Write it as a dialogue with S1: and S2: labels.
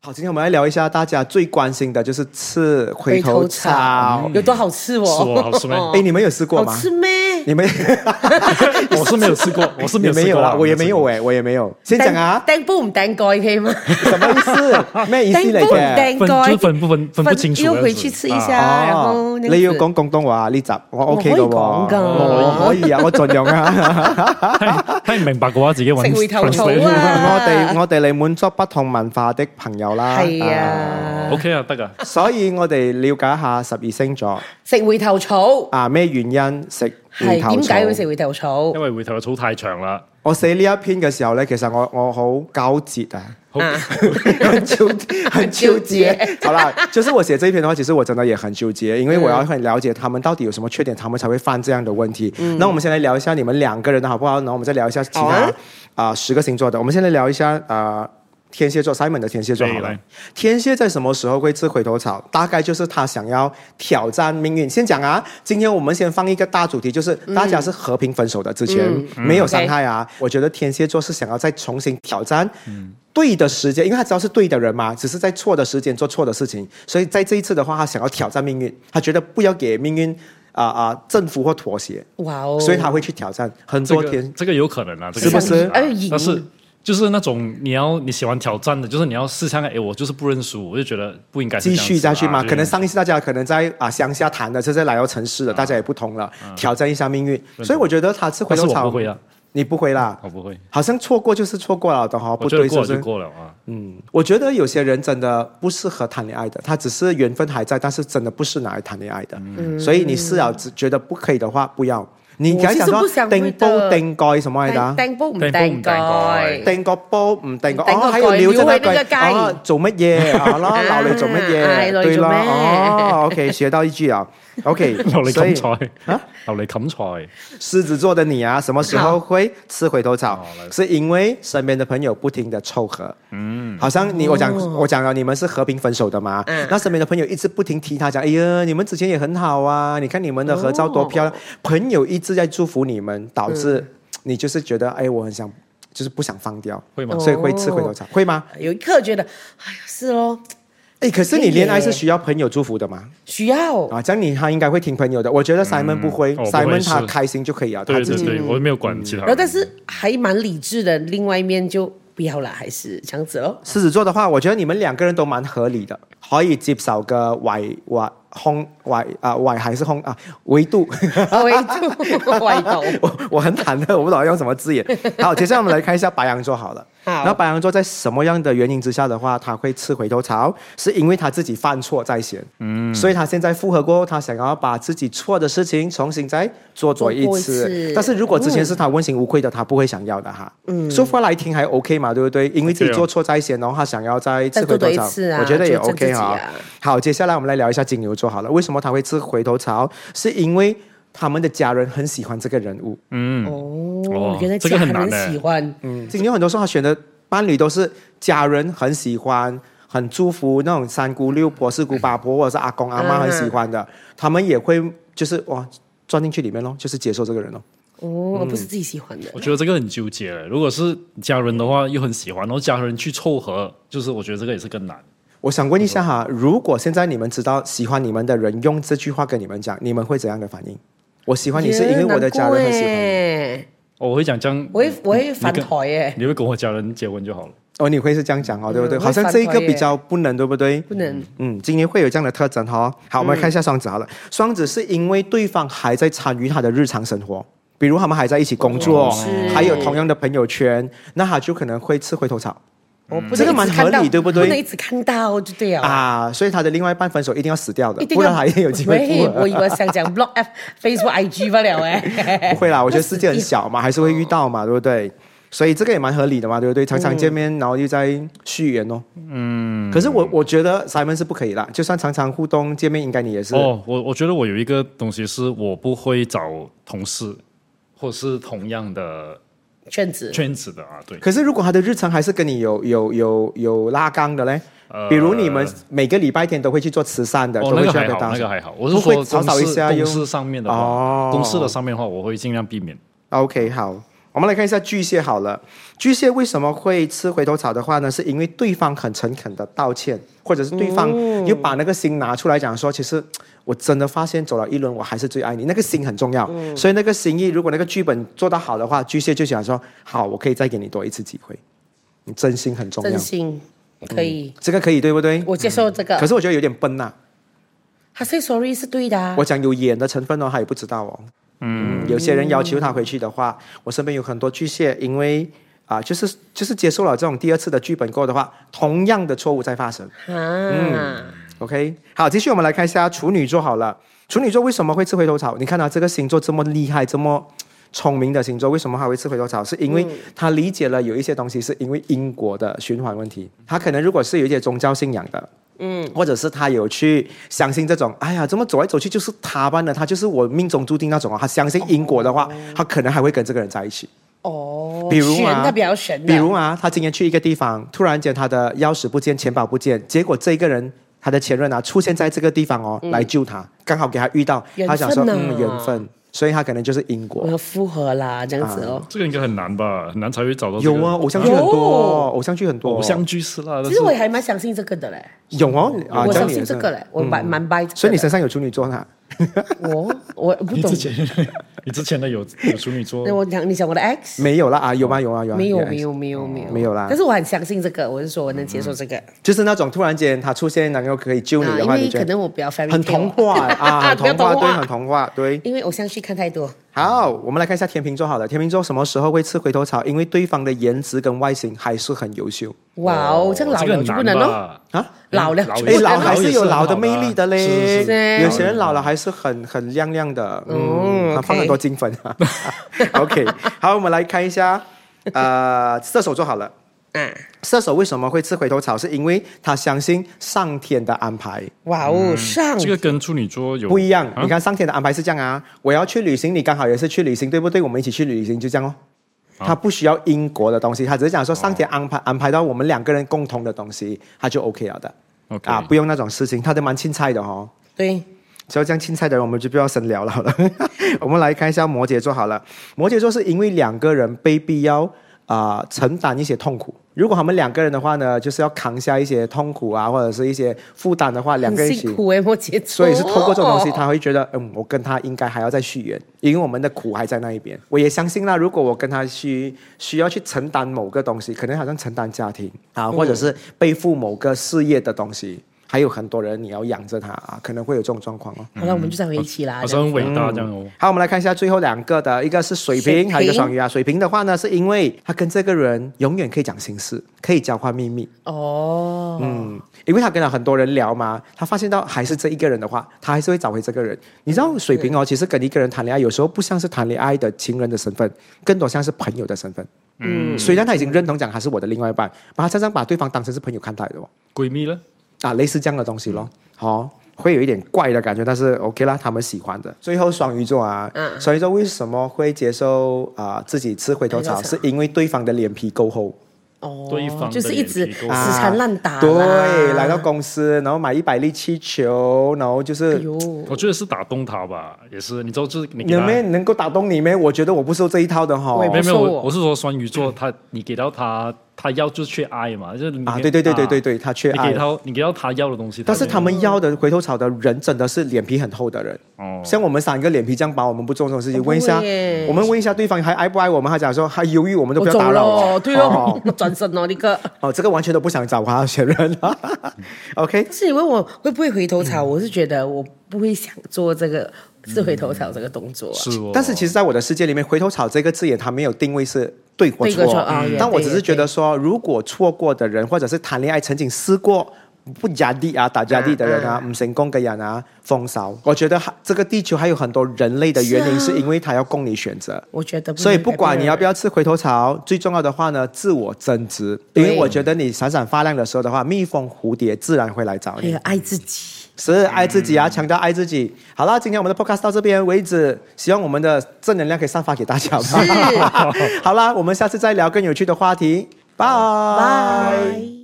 S1: 好，今天我们来聊一下大家最关心的，就是吃回头草。
S2: 嗯
S1: 哎、
S3: 有多好吃
S2: 是我
S3: 哦？
S2: 好吃咩？
S1: 你们有试过
S3: 好
S1: 吗？
S3: 吃咩？
S1: 你们
S2: 我是没有吃过，我是没
S1: 你
S2: 有吃
S1: 没有
S2: 过
S1: 啊？我也没有
S2: 哎。
S1: 哎、我也没有。先讲啊，
S3: 蛋不唔蛋糕可以吗？
S1: 什么意思？咩意思
S3: 蛋
S1: 嚟
S3: 糕唔
S1: 嘅？
S3: 蛋
S2: 分
S3: 糕，
S2: 就是分不分分不清楚啊
S3: 又
S2: 的样
S3: 回
S2: 子
S3: 去吃一下，
S2: 啊
S3: 然后那
S1: 哦你要
S3: 个
S1: 講廣東話啊呢集，我 OK
S3: 可以
S1: 嘅喎，
S3: 講㗎
S1: 我可以啊，我盡量啊。
S2: 他他明白嘅話，自己揾
S3: 食回頭草
S2: translate
S3: 啊
S1: 我哋我哋嚟滿足不同文化的朋友啦。
S3: 係，
S1: 哦
S3: 啊，
S2: OK 啊，得啊。
S1: 所以我哋了解下十二星座
S3: 食回頭草
S1: 啊，咩原因食回
S3: 係
S1: 頭
S3: 點
S1: 草
S3: 解會食？回頭草
S2: 因？為回頭嘅草太長啦，
S1: 我寫呢一篇嘅時候咧，其實我我好交折啊。
S2: 好
S1: 很纠很纠结
S3: 很。
S1: 好啦，就是我写这一篇的话，其实我真的也很纠结，因为我要很了解他们到底有什么缺点，他们才会犯这样的问题。那我们先来聊一下你们两个人的好不好？然后我们再聊一下其他
S3: 嗯好啊
S1: 啊、十个星座的。我们先来聊一下啊。天蝎座，Simon 的天蝎座好
S2: 可以
S1: 了
S2: 来。
S1: 天蝎在什么时候会吃回头草？大概就是他想要挑战命运。先讲啊，今天我们先放一个大主题，就是大家是和平分手的，之前、
S2: 嗯
S1: 没有伤害啊。我觉得天蝎座是想要再重新挑战
S2: 嗯
S1: 对的时间，因为他知道是对的人嘛，只是在错的时间做错的事情，所以在这一次的话，他想要挑战命运，他觉得不要给命运啊啊、征服或妥协，
S3: 哇哦！
S1: 所以他会去挑战很
S2: 这
S1: 多
S2: 个
S1: 天。
S2: 这个有可能啊，这
S1: 是
S2: 个
S1: 不是
S2: 有可能啊
S3: 哎赢
S2: 但是就是那种你要你喜欢挑战的，就是你要试看看，哎，我就是不认输，我就觉得不应该是
S1: 继
S2: 这样子啊
S1: 续下去嘛，
S2: 对
S1: 可能上一
S2: 嗯
S1: 次大家可能在啊乡下谈的，这次来到城市了，大家也不同了，挑战一下命运。所以我觉得他吃回
S2: 嗯但是
S1: 头
S2: 我
S1: 草，
S2: 不会啊，
S1: 你不会啦，
S2: 我不会，
S1: 好像错过就是错过了的哈，
S2: 我
S1: 不
S2: 觉
S1: 对
S2: 得
S1: 是
S2: 过
S1: 不？
S2: 了就是过了啊。
S1: 嗯，我觉得有些人真的不适合谈恋爱的，他只是缘分还在，但是真的不是拿来谈恋爱的。
S2: 嗯
S1: 所以你试了只觉得不可以的话，不要。你
S3: 嗯我
S1: 刚才
S3: 其实
S1: 讲到
S3: 不想
S1: 定
S3: 会
S1: 煲
S3: 的
S1: 定蓋什么来的啊
S3: 蛋？蛋不唔
S2: 蛋糕
S3: 蛋
S2: 唔蛋
S3: 糕
S2: 糕。
S1: 定個煲唔定個
S3: 定個
S1: 哦，喺度撩真
S3: 蓋撩
S1: 係
S3: 喺邊個
S1: 佢
S3: 雞
S1: 哦，做乜 嘢？係咯，鬧你做乜
S3: 唉
S1: 嘢？
S3: 鬧你
S1: 對
S3: 做
S1: 咯，
S3: 咩
S1: 哦，OK，學到一句啊，OK，
S2: 留你
S1: 所以
S2: 冚菜
S1: 啊
S2: 留你冚菜，
S1: 狮子座的你啊，什么时候会吃回头草？是因为身边的朋友不停的凑合，嗯，好像你我讲、我讲了，你们是和平分手的嘛，
S3: 嗯
S1: 那身边的朋友一直不停提他讲，哎呀，你们之前也很好啊，你看你们的合照多漂亮，朋友一直在祝福你们，导致你就是觉得，哎，我很想，就是不想放掉，
S2: 会吗
S1: 所以会吃回头草，会吗？
S3: 有一刻觉得，哎呀，是咯，
S1: 哎，可是你恋爱是需要朋友祝福的嘛？
S3: 需要
S1: 啊，这样你他应该会听朋友的，我觉得 Simon 不会、
S2: 哦不
S1: s i
S2: 会
S1: m o n 他
S2: 是
S1: 开心就可以了，他
S2: 对
S1: 自
S2: 对
S1: 己嗯
S2: 对，我没有管其他
S3: 然后
S2: 人。
S3: 但是还蛮理智的，另外一面就不要啦，还是这样子咯。
S1: 狮子座的话，我觉得你们两个人都蛮合理的，可以接受嘅维维空维啊维还是空啊维度。
S3: 我也就 外 头，
S1: 我我很忐忑，我不懂要用什么字眼。好，接下来我们来看一下白羊座好了。
S3: 好
S1: 然后白羊座在什么样的原因之下的话，他会吃回头草，是因为他自己犯错在先，嗯，所以他现在复合过后，他想要把自己错的事情重新再做做一
S3: 做过一
S1: 次。
S3: 次嗯
S1: 但是如果之前是他问心无愧的，他不会想要的哈。嗯，说话来听还 OK 嘛，对不对？因为自己
S2: OK 啊
S1: 做错在先，然后他想要再吃
S3: 哦再
S1: 回
S3: 做
S1: 头
S3: 多一
S1: 草，
S3: 次啊
S1: 我觉得也
S3: 纠正
S1: OK
S3: 自己
S1: 哈、
S3: 啊
S1: 好，接下来我们来聊一下金牛座好了。为什么他会吃回头草？是因为他们的家人很喜欢这个人物。
S3: 哦
S2: 哦，
S3: 原来
S2: 这个
S3: 家
S2: 很难
S3: 人
S2: 欸
S3: 喜欢，
S1: 嗯，金牛很多时候他选的伴侣都是家人很喜欢、很祝福那种三姑六婆、四姑八婆或者是阿公阿妈很喜欢
S3: 嗯
S1: 的，他们也会就是哇钻进去里面咯，就是接受这个人咯。
S3: 哦，不是自己喜欢的
S1: 嗯
S2: 我，觉得这个很纠结了。如果是家人的话，又很喜欢，然后家人去凑合，就是我觉得这个也是更难。
S1: 我想问一下哈，如果现在你们知道喜欢你们的人用这句话跟你们讲，你们会怎样的反应？我喜欢你是因为我的家人很喜欢你，
S3: 欸耶
S2: 哦我会讲这样，
S3: 我会我会反台欸耶，
S2: 你会跟我家人结婚就好了。
S1: 哦，你会是这样讲哦，对不对？
S3: 嗯
S1: 好像
S3: 会反
S1: 这一个
S3: 驳耶
S1: 比较不能，对不对？
S3: 不能
S1: 嗯，今年会有这样的特征哈、哦。好，我们来看一下双子好了。双子是因为对方还在参与他的日常生活，比如他们还在一起工作，
S3: 是
S1: 还有同样的朋友圈，那他就可能会吃回头草
S3: 我哦不能
S1: 这个
S3: 一直
S1: 蛮
S3: 看
S1: 合
S3: 到
S1: 理对不对
S3: 不能一直看到就对啊。
S1: 啊。所以他的另外一半分手一定要死掉的
S3: 一，定
S1: 不
S3: 要
S1: 然他也有机会啊
S3: 喂
S1: 复合
S3: 我。以为想讲 block F Facebook IG 不了哎，
S1: 不会啦，我觉得世界很小嘛，还是会遇到嘛，对不对？所以这个也蛮合理的嘛，
S3: 嗯
S1: 对不对？常常见面，然后又在续缘哦。嗯。可是我我觉得 Simon 是不可以啦，就算常常互动见面，应该你也是。
S2: 哦，我我觉得我有一个东西是我不会找同事或是同样的
S3: 圈子
S2: 圈子的啊，对，
S1: 可是如果他的日常还是跟你有有有有拉杠的嘞，比如你们每个礼拜天都会去做慈善的，
S2: 呃哦
S1: 都，
S2: 那
S1: 会
S2: 个
S1: 去
S2: 还
S1: 搭
S2: 好，
S1: 讪
S2: 那个还好。我是
S1: 不会
S2: 说
S1: 吵
S2: 公
S1: 吵一
S2: 司
S1: 下又
S2: 公司上面的话，
S1: 哦
S2: 公司的上面的话，我会尽量避免。
S1: OK 好。我们来看一下巨蟹好了，巨蟹为什么会吃回头草的话呢？是因为对方很诚恳的道歉，或者是对方
S2: 哦
S1: 又把那个心拿出来讲说，其实我真的发现走了一轮，我还是最爱你。那个心很重要，
S2: 嗯
S1: 所以那个心意，如果那个剧本做到好的话，巨蟹就想说，好，我可以再给你多一次机会。你真心很重
S3: 真
S1: 要，
S3: 心可以，
S1: 这个可以对不对？
S3: 我接受这个
S1: 嗯可。是我觉得有点笨呐、
S3: 他 say sorry 是对的啊
S1: 我，讲有演的成分哦，他也不知道哦。嗯，有些人要求他回去的话，我身边有很多巨蟹，因为啊、就是就是接受了这种第二次的剧本过后的话，同样的错误再发生。嗯
S3: 啊，
S1: OK，好，继续我们来看一下处女座好了。处女座为什么会吃回头草？你看啊，这个星座这么厉害，这么聪明的星座，为什么还会吃回头草？是因为他理解了有一些东西是因为因果的循环问题。他可能如果是有一些宗教信仰的。嗯，或者是他有去相信这种，哎呀，这么走来走去就是他般的，他就是我命中注定那种啊。他相信因果的话，他可能还会跟这个人在一起。
S3: 哦，
S1: 比如
S3: 悬
S1: 啊
S3: 的比较悬的，
S1: 比如啊，他今天去一个地方，突然间他的钥匙不见，钱包不见，结果这个人他的前任啊出现在这个地方哦，来救他，刚好给他遇到，
S3: 嗯缘分
S1: 他想说
S3: 呐
S1: 嗯缘分，所以他可能就是因
S3: 我
S1: 果。
S3: 要复合啦，这样子哦。
S1: 啊
S2: 这个应该很难吧？很难才会找到、这
S1: 有
S2: 个。
S1: 啊，偶像剧很
S3: 有
S1: 多，偶像剧很多，
S2: 偶像剧是啦，但
S3: 其
S2: 是
S3: 实我也还蛮相信这个的嘞，
S1: 有哦啊，
S3: 我
S1: 这
S3: 相
S1: 样你
S3: 信
S1: 也
S3: 这
S1: 是
S3: 个嘞，我蛮蛮 buy 这个的。
S1: 所以你身上有处女座呢？
S3: 我我 不
S2: 你
S3: 懂
S2: 之，前 你之前的有有处女座
S3: 那，我讲你讲我的 ex
S1: 没有啦啊，有吗？有啊有啊，
S3: 哦没有
S1: 啊
S3: 没有没有没有
S1: 没有啦
S3: 但是我很相信这个，我是说我能接受这个
S1: 就是那种突然间他出现，然后可以救你
S3: 啊，
S1: 的
S3: 因
S1: 话，你
S3: 为
S1: 觉
S3: 可
S1: 得
S3: 能我比较 fairy
S1: 很童
S3: tale
S1: 话啊，很
S3: 比较
S1: 童话，对，
S3: 童话
S1: 很童话，对。
S3: 因为偶像剧看太多，
S1: 好，我们来看一下天秤座好了。天秤座什么时候会吃回头草？因为对方的颜值跟外形还是很优秀
S3: 哇哦，这个老
S2: 这个
S3: 了
S2: 很
S3: 就不
S2: 难
S3: 能咯，
S2: 吧？
S1: 啊。
S3: 老了
S2: 老
S3: 就
S1: 哎，
S3: 不
S2: 也
S1: 老
S3: 能
S1: 还
S3: 咯。
S1: 是有老的
S2: 老也是
S1: 魅
S2: 很好的
S1: 力的
S2: 是
S1: 嘞。
S2: 是是
S1: 有些人老了还是很很亮亮的，嗯，
S3: 嗯
S1: 他放很多金粉啊。OK，好，我们来看一下，呃，射手座好了。
S3: 啊，
S1: 射手为什么会吃回头草？是因为他相信上天的安排
S3: 哇哦，
S1: 嗯
S3: 上
S2: 这个跟处女座有
S1: 不一样。
S2: 啊
S1: 你看上天的安排是这样啊，我要去旅行，你刚好也是去旅行，对不对？我们一起去旅行，就这样哦。他不需要因果的东西，他只是讲说上天安排、安排到我们两个人共同的东西，他就 OK 了的
S2: OK
S1: 啊，不用那种事情，他都蛮青菜的哦。
S3: 对，
S1: 只要这样青菜的人，我们就不要深聊了。好 了，我们来看一下摩羯座好了。摩羯座是因为两个人被必要啊、承担一些痛苦。如果他们两个人的话呢，就是要扛下一些痛苦啊，或者是一些负担的话，两个人
S3: 很
S1: 一起
S3: 辛苦哎，摩羯座，
S1: 所以是透过这种东西，他会觉得，嗯，我跟他应该还要再续缘，因为我们的苦还在那一边。我也相信啦，如果我跟他需需要去承担某个东西，可能好像承担家庭啊，或者是背负某个事业的东西，还有很多人你要养着他啊，可能会有这种状况哦。
S3: 好了，我们就再回一起啦
S2: 好。像啊很伟
S1: 嗯
S2: 大这样哦。
S1: 好，我们来看一下最后两个的，一个是水
S3: 水
S1: 瓶，
S3: 瓶
S1: 还有一个双鱼啊。水瓶的话呢，是因为他跟这个人永远可以讲心事，可以交换秘密。
S3: 哦，嗯，
S1: 嗯，因为他跟了很多人聊嘛，他发现到还是这一个人的话，他还是会找回这个人。你知道
S3: 嗯
S1: 水平哦，其实跟一个人谈恋爱，有时候不像是谈恋爱的情人的身份，更多像是朋友的身份。嗯，虽然他已经认同讲他是我的另外一半，把他常常把对方当成是朋友看待的哦，
S2: 闺蜜呢？
S1: 啊，类似这样的东西咯。
S3: 嗯
S1: 好、会有一点怪的感觉，但是 OK 啦，他们喜欢的。最后双鱼座啊，
S3: 嗯
S1: 双鱼座为什么会接受啊、自己吃回头草，
S3: 回头草
S1: 是因为对方的脸皮够厚。
S3: 哦
S2: 对方的
S3: 就是一直
S2: 脸皮
S3: 死
S2: 够
S1: 啊
S3: 缠烂打啦，
S1: 对，来到公司，然后买一百粒气球，然后就
S3: 哎
S1: 是。
S3: 呦，
S2: 我觉得是打动他吧，也是，你知道，就是你给
S1: 能
S2: 他，
S1: 不
S2: 没
S1: 能能够打动你没？我觉得我不受这一套的哈。
S3: 我也不
S2: 有没有，
S3: 不是
S2: 我
S3: 我
S2: 我是说双鱼座，他你给到他，他要就是缺爱嘛，就是你给
S1: 啊，对对对对对，
S2: 啊
S1: 对，他缺
S2: 你
S1: 爱
S2: 给。他你给到他要的东西，
S1: 但是
S2: 就
S1: 他们要的回头草的人真的是脸皮很厚的人，
S2: 哦，
S1: 像我们三个脸皮这样薄，我们不做这种事情。问一下
S3: 不会耶，
S1: 我们问一下对方还爱不爱我们？他讲说还犹豫，我们都
S3: 我
S1: 不要
S3: 走
S1: 打扰
S3: 了，
S1: 哦。
S3: 对
S1: 哦
S3: 哦，我转身哦，那个。
S1: 哦，这个完全都不想找他选人了。OK，
S2: 嗯
S3: 但是你问我会不会回头
S1: 嗯
S3: 草，我是觉得我不会想做这个是回头草这个动作啊。
S2: 是哦，
S1: 但是其
S2: 实
S1: 实，在我的世界里面，“回头草”这个字眼，它没有定位是对或
S3: 对
S1: 错。
S3: 跟错啊
S1: 嗯
S3: 也
S1: 但我
S3: 对
S1: 只是
S3: 也
S1: 觉得说，如果错过的人，或者是谈恋爱曾经试过不压力啊、打压力的人
S3: 嗯
S1: 啊、唔、成功嘅人啊，风骚，我觉得还这个地球还有很多人类的原因，是因为它要供你选择。
S3: 我觉得能
S1: 所以不管你要不
S3: 要，
S1: 要吃回头草，最重要的话呢，自我增值。因为
S3: 对
S1: 我觉得你闪闪发亮的时候的话，蜜蜂、蝴蝶自然会来找
S3: 还
S1: 你
S3: 有。哎爱自己。
S1: 是爱自己啊，强调爱自己。好啦，今天我们的 podcast 到这边为止，希望我们的正能量可以散发给大 家吧。好啦，我们下次再聊更有趣的话题，拜
S3: 拜。